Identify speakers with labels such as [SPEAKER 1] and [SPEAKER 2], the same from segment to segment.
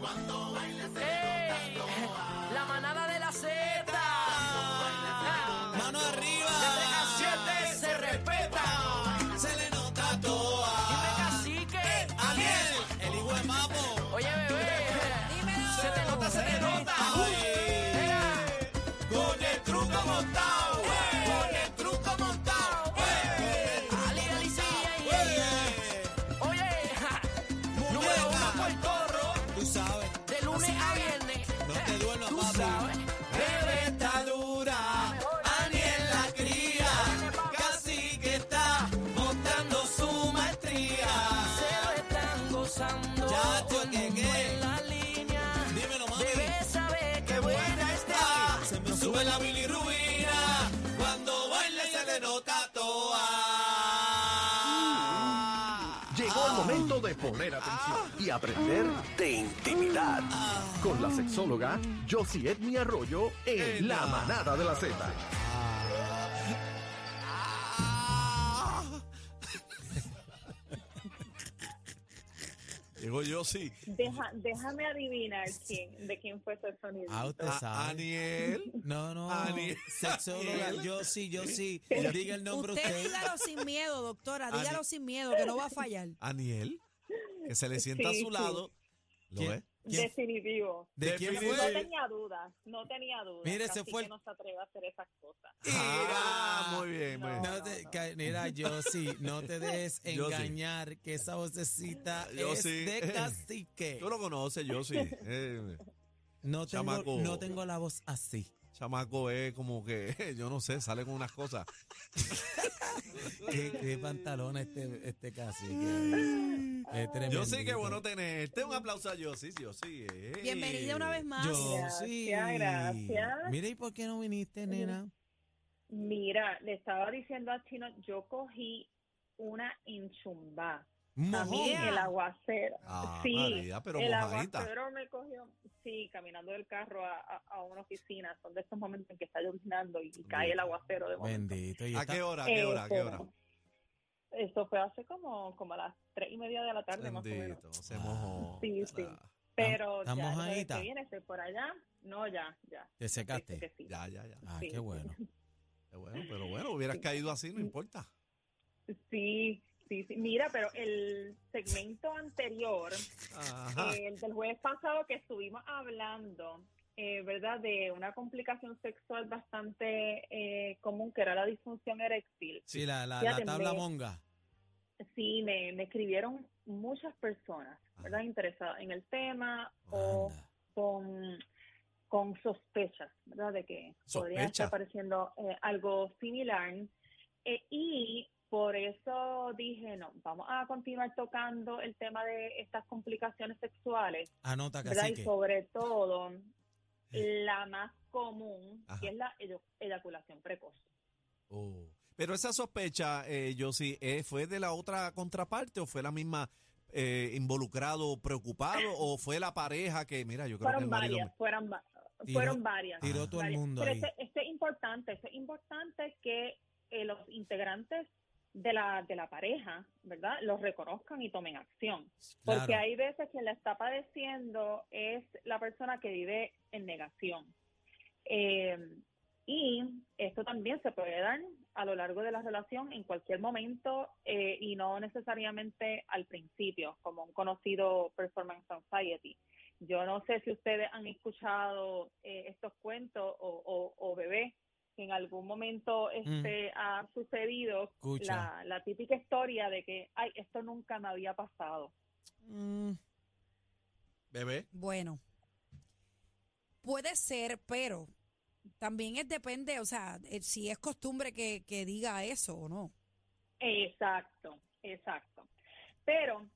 [SPEAKER 1] Cuando bailas se
[SPEAKER 2] ¡Ey! La manada de la Z. Ah,
[SPEAKER 3] Mano arriba.
[SPEAKER 2] De 3 a 7 se respeta.
[SPEAKER 3] Se le nota toa.
[SPEAKER 2] Dime cacique.
[SPEAKER 3] Aniel, el hijo de mapo.
[SPEAKER 2] Oye, bebé.
[SPEAKER 4] Dímelo.
[SPEAKER 2] Se te nota, se te nota.
[SPEAKER 3] Ay,
[SPEAKER 2] Mira,
[SPEAKER 3] Con el truco montado. Con el truco montado.
[SPEAKER 2] Ali, Ali, sí, ay,
[SPEAKER 3] Ey.
[SPEAKER 2] ay. Oye, ja, número uno
[SPEAKER 3] Muñeca.
[SPEAKER 2] por torro.
[SPEAKER 3] Tú sabes,
[SPEAKER 2] De lunes a viernes.
[SPEAKER 3] no
[SPEAKER 2] Ja,
[SPEAKER 3] te duermas,
[SPEAKER 2] Tú
[SPEAKER 3] papi.
[SPEAKER 2] sabes.
[SPEAKER 3] Bebé está dura, Aniel la cría, casi que está montando su maestría.
[SPEAKER 2] Se lo están gozando.
[SPEAKER 3] Ya, tío,
[SPEAKER 2] Todo el
[SPEAKER 3] ¿qué,
[SPEAKER 2] mundo
[SPEAKER 3] qué?
[SPEAKER 2] en la línea.
[SPEAKER 3] Dímelo, mami.
[SPEAKER 2] Bebé sabe que
[SPEAKER 3] Qué
[SPEAKER 2] buena está.
[SPEAKER 3] Se me sube la bilirrubina, cuando baila se le nota toa.
[SPEAKER 5] Llegó el momento de poner atención y aprender de intimidad con la sexóloga Josie Edmi Arroyo en La Manada de la Z.
[SPEAKER 3] Llegó yo, sí.
[SPEAKER 6] Deja- déjame adivinar quién, de quién fue ese sonido.
[SPEAKER 4] Ah, usted
[SPEAKER 3] A-
[SPEAKER 4] sabe.
[SPEAKER 3] Aniel.
[SPEAKER 4] No, no.
[SPEAKER 3] Ani-
[SPEAKER 4] Sexóloga,
[SPEAKER 3] Aniel.
[SPEAKER 4] yo sí, yo sí. Diga el nombre
[SPEAKER 7] Usted
[SPEAKER 4] usted.
[SPEAKER 7] dígalo sin miedo, doctora,
[SPEAKER 3] Ani-
[SPEAKER 7] dígalo sin miedo, que no va a fallar.
[SPEAKER 3] Aniel. Que se le sienta a
[SPEAKER 6] Sí,
[SPEAKER 3] su
[SPEAKER 6] sí.
[SPEAKER 3] lado. ¿Lo
[SPEAKER 4] ¿Quién-
[SPEAKER 3] es?
[SPEAKER 4] quién-
[SPEAKER 6] Definitivo.
[SPEAKER 4] ¿De quién
[SPEAKER 6] No
[SPEAKER 4] fue?
[SPEAKER 6] tenía dudas, no tenía dudas.
[SPEAKER 4] Mire,
[SPEAKER 6] así
[SPEAKER 4] se fue el-
[SPEAKER 6] que no se atreve a hacer esas cosas.
[SPEAKER 3] Ah, muy bien, muy bien.
[SPEAKER 6] No,
[SPEAKER 4] No, no,
[SPEAKER 6] no,
[SPEAKER 4] te,
[SPEAKER 6] no.
[SPEAKER 4] ca- Mira, yo sí, no te dejes
[SPEAKER 3] Yo sí. Ah,
[SPEAKER 4] engañar, que esa vocecita
[SPEAKER 3] Yo
[SPEAKER 4] es
[SPEAKER 3] sí.
[SPEAKER 4] de cacique.
[SPEAKER 3] Tú lo conoces, yo sí. Eh,
[SPEAKER 4] No
[SPEAKER 3] Chamaco.
[SPEAKER 4] tengo, no tengo la voz así.
[SPEAKER 3] chamaco es como que, yo no sé, sale con unas cosas.
[SPEAKER 4] Qué, qué pantalón este, este cacique. Es
[SPEAKER 3] Yo sí, qué
[SPEAKER 4] tremendito.
[SPEAKER 3] bueno tenerte. Un aplauso a Yossi, Yossi. eh.
[SPEAKER 7] Bienvenida una vez más.
[SPEAKER 4] Yo
[SPEAKER 6] Gracias,
[SPEAKER 4] sí.
[SPEAKER 6] gracias.
[SPEAKER 4] Mira, ¿y por qué no viniste, nena?
[SPEAKER 6] Mira, le estaba diciendo a Chino, yo cogí una enchumbá. A mí
[SPEAKER 4] Mojón.
[SPEAKER 6] el aguacero.
[SPEAKER 3] Ah,
[SPEAKER 6] sí,
[SPEAKER 3] María, pero
[SPEAKER 6] el
[SPEAKER 3] mojadita.
[SPEAKER 6] aguacero me cogió, sí, caminando del carro a, a- a una oficina. Son de estos momentos en que está lloviznando y cae el aguacero de momento.
[SPEAKER 4] Bendito. Y
[SPEAKER 3] ¿A
[SPEAKER 4] está-
[SPEAKER 6] este,
[SPEAKER 3] qué hora? ¿A qué hora? ¿A qué hora?
[SPEAKER 6] Eso. Eso Este, fue hace como, como a las tres y media de la tarde más o menos.
[SPEAKER 3] Bendito, se mojó.
[SPEAKER 6] Sí, sí.
[SPEAKER 3] Ah,
[SPEAKER 6] Pero
[SPEAKER 4] ¿Estás
[SPEAKER 6] ya, lo de
[SPEAKER 4] mojadita?
[SPEAKER 6] que viene ¿se por allá, no, ya, ya.
[SPEAKER 4] ¿Te secaste?
[SPEAKER 6] Dice que sí.
[SPEAKER 3] Ya, ya, ya.
[SPEAKER 4] Ah,
[SPEAKER 6] Sí.
[SPEAKER 4] qué bueno.
[SPEAKER 3] Qué Bueno, pero bueno, hubieras caído así, no importa.
[SPEAKER 6] Sí, sí, sí. Mira, pero el segmento anterior,
[SPEAKER 3] Ajá.
[SPEAKER 6] el del jueves pasado que estuvimos hablando, eh, ¿verdad? De una complicación sexual bastante eh, común que era la disfunción eréctil.
[SPEAKER 4] Sí, la, la,
[SPEAKER 6] Ya
[SPEAKER 4] la
[SPEAKER 6] te
[SPEAKER 4] tabla
[SPEAKER 6] envié.
[SPEAKER 4] monga.
[SPEAKER 6] Sí, me, me escribieron muchas personas, ¿verdad?
[SPEAKER 3] Ajá.
[SPEAKER 6] Interesadas en el tema o
[SPEAKER 4] Anda.
[SPEAKER 6] con, con sospechas, ¿verdad? De que podría
[SPEAKER 3] Sospecha.
[SPEAKER 6] estar apareciendo eh, algo similar. Eh, y por eso dije, no, vamos a continuar tocando el tema de estas complicaciones sexuales,
[SPEAKER 4] Anota,
[SPEAKER 6] ¿verdad?
[SPEAKER 4] cacique.
[SPEAKER 6] Y sobre todo, la más común,
[SPEAKER 3] Eh. Ajá.
[SPEAKER 6] que es la eyo- eyaculación precoz.
[SPEAKER 3] Oh. Pero esa sospecha, eh, Yossi, eh, ¿fue de la otra contraparte o fue la misma eh, involucrado, preocupado o fue la pareja que, mira, yo creo que el
[SPEAKER 6] Fueron
[SPEAKER 3] marido...
[SPEAKER 6] varias, fueron, va-
[SPEAKER 4] Tiró-
[SPEAKER 6] fueron varias.
[SPEAKER 4] Tiró todo el
[SPEAKER 6] Varias.
[SPEAKER 4] mundo
[SPEAKER 6] Pero
[SPEAKER 4] ahí.
[SPEAKER 6] esto es importante, esto es importante que eh, los integrantes de la, de la pareja, ¿verdad? Los reconozcan y tomen acción.
[SPEAKER 4] Claro.
[SPEAKER 6] Porque hay veces que la está padeciendo es la persona que vive en negación. Eh, y esto también se puede dar a lo largo de la relación en cualquier momento eh, y no necesariamente al principio, como un conocido performance anxiety. Yo no sé si ustedes han escuchado eh, estos cuentos o, o, o bebés que en algún momento este ha sucedido
[SPEAKER 4] Mm. Escucha.
[SPEAKER 6] la, la típica historia de que, ay, esto nunca me había pasado.
[SPEAKER 4] Mm,
[SPEAKER 3] Bebé.
[SPEAKER 7] Bueno, puede ser, pero también es depende, o sea, eh, si es costumbre que, que diga eso o no.
[SPEAKER 6] Exacto, exacto. Pero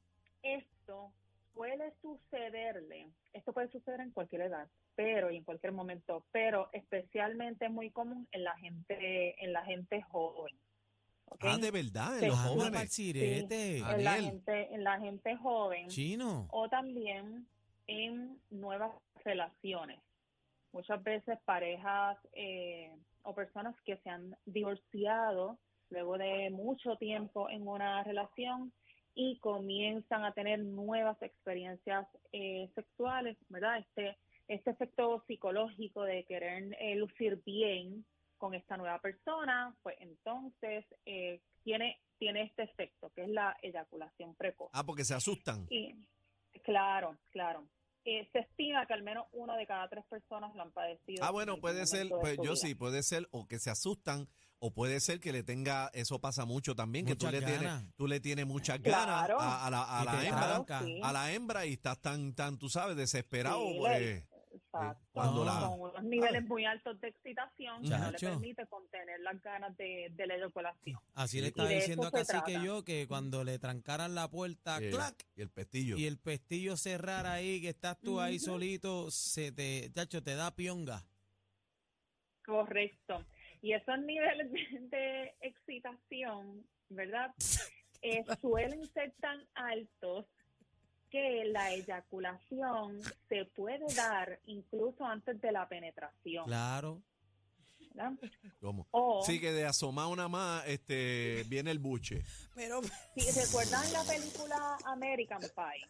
[SPEAKER 6] esto puede sucederle, esto puede suceder en cualquier edad, pero y en cualquier momento, pero especialmente es muy común en la gente, en la gente joven. ¿ok?
[SPEAKER 3] Ah, de verdad, en
[SPEAKER 6] Sí.
[SPEAKER 3] los
[SPEAKER 4] anda pa'l
[SPEAKER 3] jóvenes.
[SPEAKER 4] sirete.
[SPEAKER 6] Sí,
[SPEAKER 3] Ah,
[SPEAKER 6] en la
[SPEAKER 3] Daniel.
[SPEAKER 6] gente, en la gente joven
[SPEAKER 4] Chino.
[SPEAKER 6] o también en nuevas relaciones. Muchas veces parejas eh, o personas que se han divorciado luego de mucho tiempo en una relación y comienzan a tener nuevas experiencias eh, sexuales, ¿verdad? Este, este efecto psicológico de querer eh, lucir bien con esta nueva persona, pues entonces eh, tiene, tiene este efecto, que es la eyaculación precoz.
[SPEAKER 3] Ah, porque se asustan.
[SPEAKER 6] Y, claro, claro. Eh, se estima que al menos una de cada tres personas lo han padecido.
[SPEAKER 3] Ah,
[SPEAKER 6] en
[SPEAKER 3] bueno,
[SPEAKER 6] algún
[SPEAKER 3] puede ser,
[SPEAKER 6] momento
[SPEAKER 3] pues,
[SPEAKER 6] de su
[SPEAKER 3] yo
[SPEAKER 6] vida.
[SPEAKER 3] sí, puede ser o que se asustan o puede ser que le tenga, eso pasa mucho también, que tú
[SPEAKER 4] Muchas
[SPEAKER 3] le, tienes,
[SPEAKER 4] ganas.
[SPEAKER 3] tú le tienes muchas ganas
[SPEAKER 6] Claro.
[SPEAKER 3] a, a la, a
[SPEAKER 4] Y
[SPEAKER 3] la
[SPEAKER 4] te
[SPEAKER 3] hembra,
[SPEAKER 4] tranca.
[SPEAKER 3] a la hembra y estás tan, tan, tú sabes, desesperado.
[SPEAKER 6] Sí,
[SPEAKER 3] pues,
[SPEAKER 6] Exacto.
[SPEAKER 3] cuando
[SPEAKER 4] la-
[SPEAKER 6] Con unos niveles muy altos de excitación que no le
[SPEAKER 4] Ah. Chacho.
[SPEAKER 6] permite contener las ganas de, de la eyaculación.
[SPEAKER 4] Así
[SPEAKER 3] Y
[SPEAKER 4] le estaba
[SPEAKER 6] de eso
[SPEAKER 4] diciendo a
[SPEAKER 6] se
[SPEAKER 4] Cacique
[SPEAKER 6] trata.
[SPEAKER 4] yo que cuando le trancaran la puerta,
[SPEAKER 3] eh,
[SPEAKER 4] clac,
[SPEAKER 3] y el pestillo.
[SPEAKER 4] y el pestillo cerrara ahí, que estás tú ahí
[SPEAKER 6] Ujú.
[SPEAKER 4] solito, se te, chacho, te da pionga.
[SPEAKER 6] Correcto. Y esos niveles de, de excitación, ¿verdad? Eh, suelen ser tan altos que la eyaculación se puede dar incluso antes de la penetración.
[SPEAKER 4] Claro.
[SPEAKER 6] ¿verdad?
[SPEAKER 3] ¿Cómo?
[SPEAKER 6] O
[SPEAKER 3] Oh. Sí, que de asomar una más, este, viene el buche.
[SPEAKER 7] Pero
[SPEAKER 6] si recuerdan la película American Pie.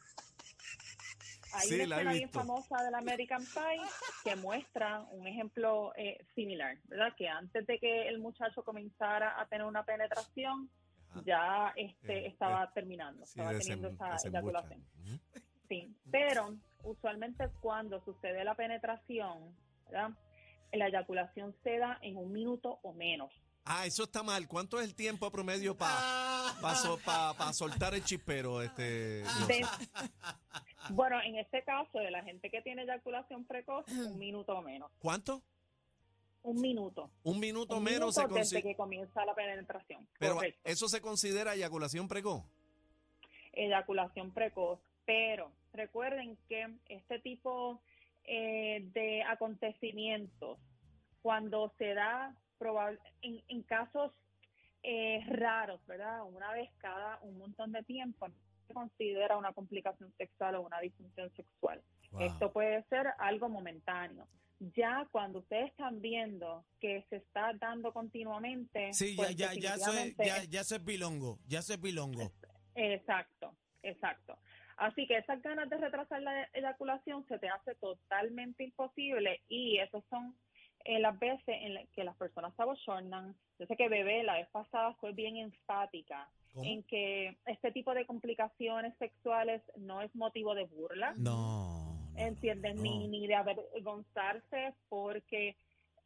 [SPEAKER 6] Hay
[SPEAKER 3] Sí,
[SPEAKER 6] una
[SPEAKER 3] la he
[SPEAKER 6] escena bien
[SPEAKER 3] visto.
[SPEAKER 6] famosa del American Pie que muestra un ejemplo eh, similar, ¿verdad? Que antes de que el muchacho comenzara a tener una penetración,
[SPEAKER 3] Ajá.
[SPEAKER 6] ya este
[SPEAKER 3] Ah, Eh,
[SPEAKER 6] estaba terminando,
[SPEAKER 3] Sí,
[SPEAKER 6] estaba
[SPEAKER 3] desem-
[SPEAKER 6] teniendo esa
[SPEAKER 3] desembucha.
[SPEAKER 6] eyaculación.
[SPEAKER 3] Ujú.
[SPEAKER 6] Sí, pero usualmente cuando sucede la penetración, ¿verdad? La eyaculación se da en un minuto o menos.
[SPEAKER 3] Ah, eso está mal. ¿Cuánto es el tiempo promedio para soltar el chispero? Este, Dios?
[SPEAKER 6] De- bueno, en este caso de la gente que tiene eyaculación precoz, un minuto o menos.
[SPEAKER 3] ¿Cuánto?
[SPEAKER 6] Un minuto.
[SPEAKER 3] Un minuto
[SPEAKER 6] Un
[SPEAKER 3] menos
[SPEAKER 6] minuto
[SPEAKER 3] se
[SPEAKER 6] desde
[SPEAKER 3] consi-
[SPEAKER 6] que comienza la penetración.
[SPEAKER 3] Pero
[SPEAKER 6] Correcto.
[SPEAKER 3] eso se considera eyaculación precoz.
[SPEAKER 6] eyaculación precoz. Pero recuerden que este tipo eh, de acontecimientos, cuando se da probable, en, en casos eh, raros, ¿verdad? Una vez cada un montón de tiempo, no se considera una complicación sexual o una disfunción sexual. Esto puede ser algo momentáneo. Ya cuando ustedes están viendo que se está dando continuamente.
[SPEAKER 4] Sí, ya,
[SPEAKER 6] pues
[SPEAKER 4] ya, ya, eso es,
[SPEAKER 6] definitivamente
[SPEAKER 4] ya, ya eso es bilongo, ya eso es bilongo.
[SPEAKER 6] Exacto, exacto. Así que esas ganas de retrasar la eyaculación se te hace totalmente imposible y esas son eh, las veces en las que las personas se abochornan. Yo sé que Bebé la vez pasada fue bien enfática
[SPEAKER 4] ¿Cómo?
[SPEAKER 6] en que este tipo de complicaciones sexuales no es motivo de burla,
[SPEAKER 4] No. no,
[SPEAKER 6] ¿entiendes?
[SPEAKER 4] no,
[SPEAKER 6] Ni,
[SPEAKER 4] no.
[SPEAKER 6] ni de avergonzarse porque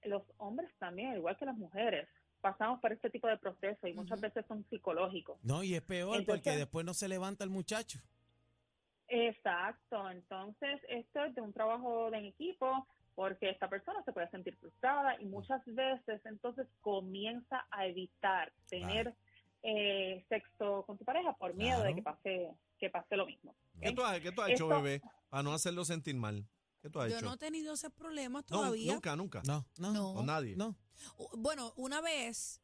[SPEAKER 6] los hombres también, igual que las mujeres, pasamos por este tipo de procesos y muchas
[SPEAKER 7] Ujú.
[SPEAKER 6] veces son psicológicos.
[SPEAKER 4] No, y es peor porque
[SPEAKER 6] Entonces-
[SPEAKER 4] después no se levanta el muchacho.
[SPEAKER 6] Exacto, entonces esto es de un trabajo en equipo porque esta persona se puede sentir frustrada y muchas veces entonces comienza a evitar tener eh, sexo con tu pareja por miedo de
[SPEAKER 4] Claro.
[SPEAKER 6] que pase que pase lo mismo.
[SPEAKER 3] ¿Qué tú, has, qué tú has hecho,
[SPEAKER 6] Eh, Esto-
[SPEAKER 3] bebé? Para no hacerlo sentir mal. ¿Qué tú has
[SPEAKER 7] yo
[SPEAKER 3] hecho?
[SPEAKER 7] no he tenido esos problemas
[SPEAKER 3] No,
[SPEAKER 7] todavía.
[SPEAKER 3] nunca, nunca.
[SPEAKER 4] No, no, no.
[SPEAKER 7] No.
[SPEAKER 3] Con nadie.
[SPEAKER 7] U- Bueno, una vez,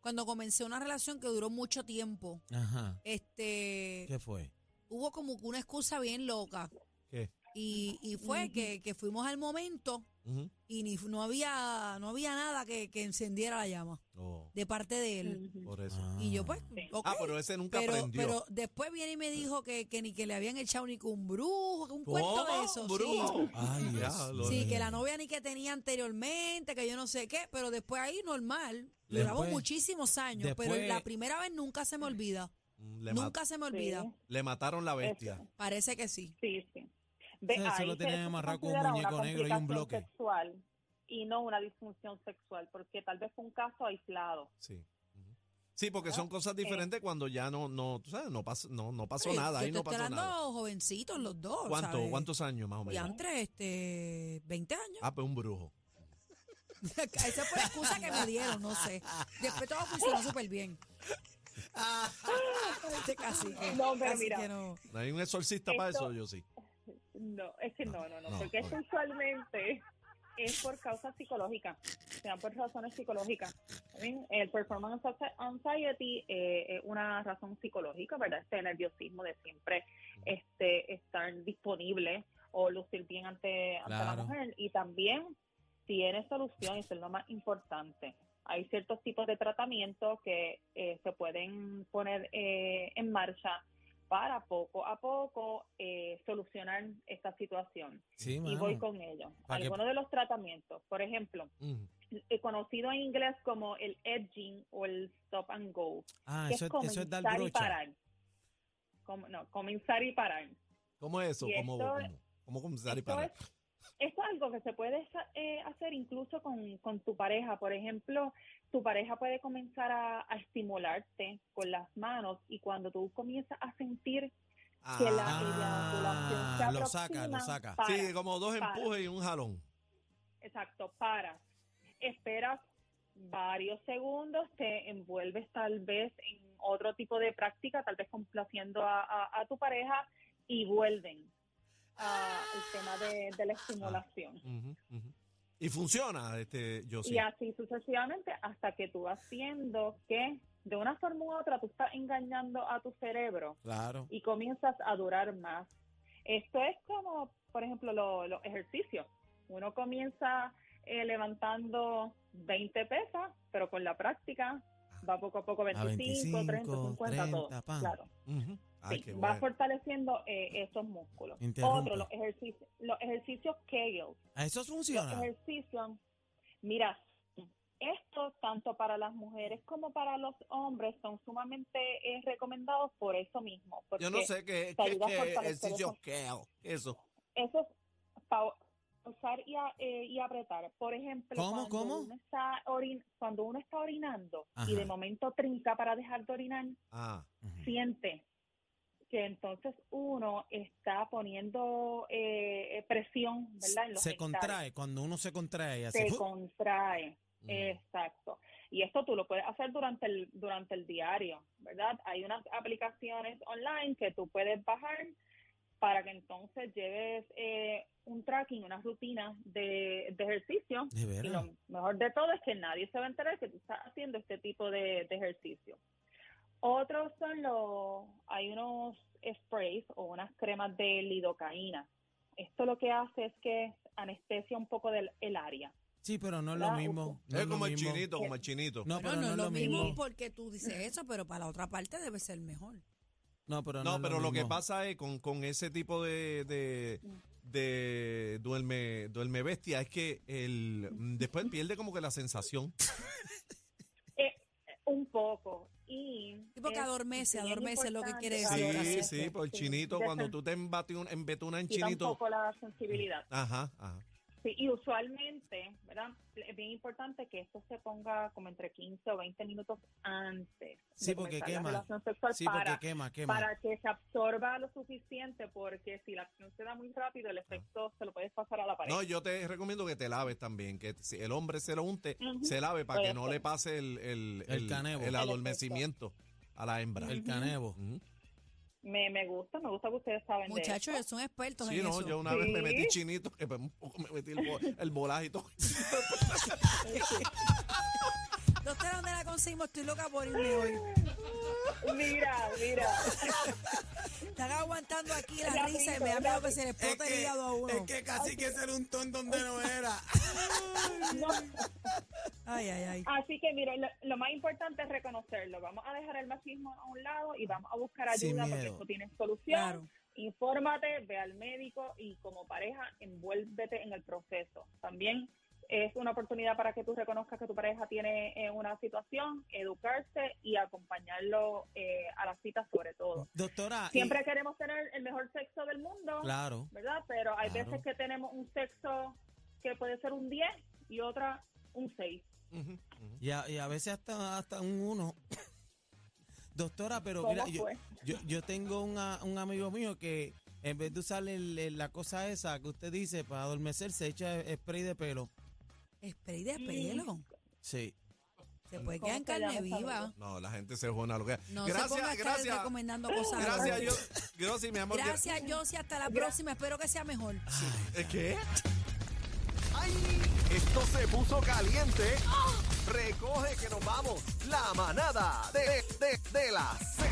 [SPEAKER 7] cuando comencé una relación que duró mucho tiempo,
[SPEAKER 4] Ajá.
[SPEAKER 7] este,
[SPEAKER 4] ¿Qué fue?
[SPEAKER 7] hubo como que una excusa bien loca.
[SPEAKER 3] ¿Qué?
[SPEAKER 7] Y, y fue que, que fuimos al momento
[SPEAKER 3] Ujú.
[SPEAKER 7] y ni, no, había, no había nada que, que encendiera la llama
[SPEAKER 3] No,
[SPEAKER 7] de parte de él.
[SPEAKER 6] Ujú.
[SPEAKER 3] Oh, por eso.
[SPEAKER 7] Y yo pues,
[SPEAKER 6] Sí.
[SPEAKER 7] ok.
[SPEAKER 3] Ah, pero ese nunca
[SPEAKER 7] pero,
[SPEAKER 3] aprendió.
[SPEAKER 7] pero después viene y me dijo que, que ni que le habían echado ni que un brujo, que un
[SPEAKER 3] ¿Cómo?
[SPEAKER 7] cuento de eso. sí.
[SPEAKER 3] Brujo.
[SPEAKER 4] Ay, Dios
[SPEAKER 3] Ya, lo-
[SPEAKER 4] mío.
[SPEAKER 7] Sí, que la novia ni que tenía anteriormente, que yo no sé qué, pero después ahí normal.
[SPEAKER 4] Después-
[SPEAKER 7] Duramos muchísimos años, pero
[SPEAKER 4] después-
[SPEAKER 7] la primera vez nunca se me olvida.
[SPEAKER 3] Mm, Le, ma-
[SPEAKER 7] nunca se me
[SPEAKER 6] Sí,
[SPEAKER 7] olvida.
[SPEAKER 3] le mataron la bestia.
[SPEAKER 6] eso,
[SPEAKER 7] Parece que sí.
[SPEAKER 6] sí, sí. Ve,
[SPEAKER 4] Eso lo
[SPEAKER 6] ahí se-
[SPEAKER 4] tenía
[SPEAKER 6] eso se
[SPEAKER 4] amarrado con un
[SPEAKER 6] considera
[SPEAKER 4] muñeco
[SPEAKER 6] una
[SPEAKER 4] negro y un
[SPEAKER 6] complicación
[SPEAKER 4] bloque.
[SPEAKER 6] sexual y no una disfunción sexual, porque tal vez fue un caso aislado.
[SPEAKER 3] Sí. Ujú. Sí, porque son cosas diferentes cuando ya no, no, tú sabes, no pasó, no, no pasó
[SPEAKER 7] Sí,
[SPEAKER 3] nada,
[SPEAKER 7] yo
[SPEAKER 3] ahí no
[SPEAKER 7] estoy
[SPEAKER 3] pasó
[SPEAKER 7] hablando
[SPEAKER 3] nada.
[SPEAKER 7] jovencitos los dos.
[SPEAKER 3] ¿Cuánto,
[SPEAKER 7] ¿sabes?
[SPEAKER 3] ¿Cuántos años más o
[SPEAKER 7] Y
[SPEAKER 3] menos?
[SPEAKER 7] entre este, 20 años.
[SPEAKER 3] Ah, pues un brujo.
[SPEAKER 7] Esa fue la excusa que me dieron, no sé. Después todo funcionó súper bien. Este casi que.
[SPEAKER 6] No, pero
[SPEAKER 7] casi
[SPEAKER 6] mira.
[SPEAKER 7] que no.
[SPEAKER 3] ¿No ¿Hay un exorcista para
[SPEAKER 6] Esto-
[SPEAKER 3] eso? Yo sí.
[SPEAKER 6] No, es que no, no, no,
[SPEAKER 3] no,
[SPEAKER 4] pues.
[SPEAKER 6] porque
[SPEAKER 3] ok.
[SPEAKER 6] sexualmente es por causas psicológicas, o sea, por razones psicológicas. También eh, El performance anxi- anxiety eh, es una razón psicológica, ¿verdad? Este nerviosismo de siempre este, estar disponible o lucir bien ante, ante
[SPEAKER 4] Claro.
[SPEAKER 6] la mujer. Y también tiene solución, y eso es lo más importante. Hay ciertos tipos de tratamiento que eh, se pueden poner eh, en marcha para poco a poco eh, solucionar esta situación.
[SPEAKER 4] Sí,
[SPEAKER 6] Y voy
[SPEAKER 4] mano.
[SPEAKER 6] con ello.
[SPEAKER 4] ¿Para qué?
[SPEAKER 6] Algunos de los tratamientos, por ejemplo,
[SPEAKER 3] Mm.
[SPEAKER 6] eh, conocido en inglés como el edging o el stop and go,
[SPEAKER 4] Ah,
[SPEAKER 6] que es
[SPEAKER 4] eso, es- eso
[SPEAKER 6] comenzar
[SPEAKER 4] es dar
[SPEAKER 6] y
[SPEAKER 4] brocha.
[SPEAKER 6] parar. Com- no, comenzar y parar.
[SPEAKER 3] ¿Cómo es eso?
[SPEAKER 6] Y
[SPEAKER 3] ¿Cómo,
[SPEAKER 6] esto-
[SPEAKER 3] cómo, cómo comenzar y
[SPEAKER 6] Esto
[SPEAKER 3] parar?
[SPEAKER 6] es, esto es algo que se puede sa- eh, hacer incluso con, con tu pareja. Por ejemplo, tu pareja puede comenzar a, a estimularte con las manos y cuando tú comienzas a sentir que la
[SPEAKER 4] Ah,
[SPEAKER 6] eyaculación se
[SPEAKER 4] lo saca, lo
[SPEAKER 6] aproxima,
[SPEAKER 4] saca.
[SPEAKER 6] para.
[SPEAKER 3] sí, como dos
[SPEAKER 6] para.
[SPEAKER 3] empujes y un jalón.
[SPEAKER 6] Exacto, paras. Esperas varios segundos, te envuelves tal vez en otro tipo de práctica, tal vez complaciendo a, a- a tu pareja y vuelven a- al tema de, de la estimulación.
[SPEAKER 3] Ujú, ujú. Y funciona, este, yo Ah, sí.
[SPEAKER 6] Y así sucesivamente hasta que tú vas viendo que de una forma u otra tú estás engañando a tu cerebro
[SPEAKER 4] Claro.
[SPEAKER 6] y comienzas a durar más. Esto es como, por ejemplo, lo- los ejercicios. Uno comienza eh, levantando 20 pesas, pero con la práctica va poco a poco 25, 30, 50,
[SPEAKER 4] 30,
[SPEAKER 6] todo.
[SPEAKER 4] pam.
[SPEAKER 6] Claro.
[SPEAKER 3] Ujú. Ay, ah,
[SPEAKER 6] Sí,
[SPEAKER 3] qué
[SPEAKER 6] va
[SPEAKER 3] bueno.
[SPEAKER 6] fortaleciendo eh, esos músculos.
[SPEAKER 4] Interrumpe.
[SPEAKER 6] Otro, los ejercicios, los ejercicios Kegel.
[SPEAKER 4] Ah, Eso
[SPEAKER 6] Los
[SPEAKER 4] funciona.
[SPEAKER 6] ejercicios, mira, estos tanto para las mujeres como para los hombres son sumamente eh, recomendados por eso mismo. Porque
[SPEAKER 3] Yo no sé qué
[SPEAKER 6] te
[SPEAKER 3] qué-
[SPEAKER 6] ayuda a
[SPEAKER 3] qué
[SPEAKER 6] fortalecer
[SPEAKER 3] ejercicio
[SPEAKER 6] eso.
[SPEAKER 3] que hago. Eso.
[SPEAKER 6] Eso es pa- pausar y, a- eh, y apretar. Por ejemplo,
[SPEAKER 4] ¿Cómo,
[SPEAKER 6] cuando,
[SPEAKER 4] cómo?
[SPEAKER 6] Uno está orin- cuando uno está orinando
[SPEAKER 4] Ajá.
[SPEAKER 6] y de momento trinca para dejar de orinar,
[SPEAKER 3] Ah,
[SPEAKER 4] Ujú.
[SPEAKER 6] siente que entonces uno está poniendo eh, eh, presión, ¿verdad? En los
[SPEAKER 4] Se
[SPEAKER 6] genitales.
[SPEAKER 4] contrae, cuando uno se contrae, hace
[SPEAKER 6] Se
[SPEAKER 4] ¡fu!
[SPEAKER 6] contrae.
[SPEAKER 3] ujú.
[SPEAKER 6] Eh, Exacto. Y esto tú lo puedes hacer durante el, durante el diario, ¿verdad? Hay unas aplicaciones online que tú puedes bajar para que entonces lleves eh, un tracking, unas rutinas de, de ejercicio.
[SPEAKER 4] de
[SPEAKER 6] Y
[SPEAKER 4] veras.
[SPEAKER 6] lo mejor de todo es que nadie se va a enterar que tú estás haciendo este tipo de, de ejercicio. Otros son los, hay unos sprays o unas cremas de lidocaína. Esto lo que hace es que anestesia un poco del, el área.
[SPEAKER 4] Sí, pero no es lo
[SPEAKER 6] ¿verdad?
[SPEAKER 4] mismo. No
[SPEAKER 3] es
[SPEAKER 4] lo
[SPEAKER 3] como el
[SPEAKER 4] mismo.
[SPEAKER 3] chinito,
[SPEAKER 6] Eh,
[SPEAKER 3] como el chinito.
[SPEAKER 4] No,
[SPEAKER 7] Bueno,
[SPEAKER 4] pero no es lo mismo.
[SPEAKER 7] porque tú dices eso, pero para la otra parte debe ser mejor.
[SPEAKER 4] No, pero no
[SPEAKER 3] No,
[SPEAKER 4] es
[SPEAKER 3] pero lo que
[SPEAKER 4] mismo.
[SPEAKER 3] pasa es con, con ese tipo de, de, de duerme, duerme bestia es que el, después pierde como que la sensación.
[SPEAKER 6] Un poco. Y
[SPEAKER 7] Sí, porque
[SPEAKER 6] es
[SPEAKER 7] adormece,
[SPEAKER 6] bien
[SPEAKER 7] adormece es lo que
[SPEAKER 6] importante,
[SPEAKER 7] quiere decir.
[SPEAKER 3] Sí,
[SPEAKER 7] Gracias.
[SPEAKER 3] sí, por el chinito,
[SPEAKER 6] Desen-
[SPEAKER 3] cuando tú te embati- embetunas en
[SPEAKER 6] quita un
[SPEAKER 3] chinito.
[SPEAKER 6] poco la sensibilidad.
[SPEAKER 3] Ajá, ajá.
[SPEAKER 6] Sí, y usualmente, ¿verdad? Es bien importante que esto se ponga como entre 15 o 20 minutos antes
[SPEAKER 4] Sí,
[SPEAKER 6] de
[SPEAKER 4] porque
[SPEAKER 6] comenzar
[SPEAKER 4] quema.
[SPEAKER 6] la relación sexual
[SPEAKER 4] Sí, porque
[SPEAKER 6] para,
[SPEAKER 4] quema, quema.
[SPEAKER 6] para que se absorba lo suficiente, porque si la acción se da muy rápido, el
[SPEAKER 4] Ah.
[SPEAKER 6] efecto se lo puedes pasar a la pareja.
[SPEAKER 3] No, yo te recomiendo que te laves también, que si el hombre se lo unte,
[SPEAKER 6] Ujú.
[SPEAKER 3] se lave para
[SPEAKER 6] Puede
[SPEAKER 3] que no
[SPEAKER 6] ser.
[SPEAKER 3] le pase el, el,
[SPEAKER 4] El canebo.
[SPEAKER 3] el
[SPEAKER 4] El
[SPEAKER 3] adormecimiento a la hembra.
[SPEAKER 4] El canebo.
[SPEAKER 3] Ujú.
[SPEAKER 6] me, me gusta, me gusta que ustedes saben de
[SPEAKER 7] Muchachos, ellos son expertos
[SPEAKER 3] Sí,
[SPEAKER 7] en
[SPEAKER 3] no,
[SPEAKER 7] eso.
[SPEAKER 3] yo una vez me
[SPEAKER 6] Sí.
[SPEAKER 3] metí chinito, que un poco me metí el, bo- el volaje y todo.
[SPEAKER 7] No sé dónde la conseguimos, estoy loca por irme hoy.
[SPEAKER 6] eso. Mira, mira.
[SPEAKER 7] Están aguantando aquí la
[SPEAKER 6] Rapidito,
[SPEAKER 7] risa y me da miedo que se les
[SPEAKER 4] Es
[SPEAKER 7] explote el
[SPEAKER 4] que,
[SPEAKER 7] hígado a uno.
[SPEAKER 4] es que casi que se le untó en donde no era.
[SPEAKER 6] No.
[SPEAKER 7] Ay, ay, ay.
[SPEAKER 6] Así que mire, lo, lo más importante es reconocerlo. Vamos a dejar el machismo a un lado y vamos a buscar
[SPEAKER 4] Sin
[SPEAKER 6] ayuda porque
[SPEAKER 4] miedo.
[SPEAKER 6] esto tiene solución.
[SPEAKER 7] Claro.
[SPEAKER 6] Infórmate, ve al médico y como pareja envuélvete en el proceso. También es una oportunidad para que tú reconozcas que tu pareja tiene eh, una situación, educarse y acompañarlo eh, a las citas sobre todo.
[SPEAKER 4] Doctora. Ah, y-
[SPEAKER 6] Siempre queremos tener el mejor sexo del mundo,
[SPEAKER 4] Claro.
[SPEAKER 6] ¿verdad? Pero hay
[SPEAKER 4] Claro.
[SPEAKER 6] veces que tenemos un sexo que puede ser un 10 y otra un 6.
[SPEAKER 3] Ujú, ujú.
[SPEAKER 4] Y a, y a veces hasta, hasta un uno. Doctora, pero
[SPEAKER 6] ¿Cómo
[SPEAKER 4] mira, yo,
[SPEAKER 6] fue?
[SPEAKER 4] yo, yo tengo una- un amigo mío que en vez de usar el- el- la cosa esa que usted dice para adormecer, se echa spray de pelo.
[SPEAKER 7] Spray de pelo.
[SPEAKER 4] Sí.
[SPEAKER 7] Se puede
[SPEAKER 6] ¿Cómo
[SPEAKER 7] quedar en
[SPEAKER 6] se llama
[SPEAKER 7] carne
[SPEAKER 6] esa
[SPEAKER 7] viva.
[SPEAKER 3] No, la gente se jona lo que
[SPEAKER 7] No se ponga a
[SPEAKER 3] Gracias,
[SPEAKER 7] estar
[SPEAKER 3] gracias.
[SPEAKER 7] recomendando cosas.
[SPEAKER 3] Gracias,
[SPEAKER 7] raras.
[SPEAKER 3] yo, yo sí, mi amor.
[SPEAKER 7] Gracias, Josie. Hasta la próxima. Espero que sea mejor.
[SPEAKER 3] ¿Eh, ¿Qué?
[SPEAKER 5] ¡Ay! Esto se puso caliente. Recoge que nos vamos. La manada de, de, de la Z.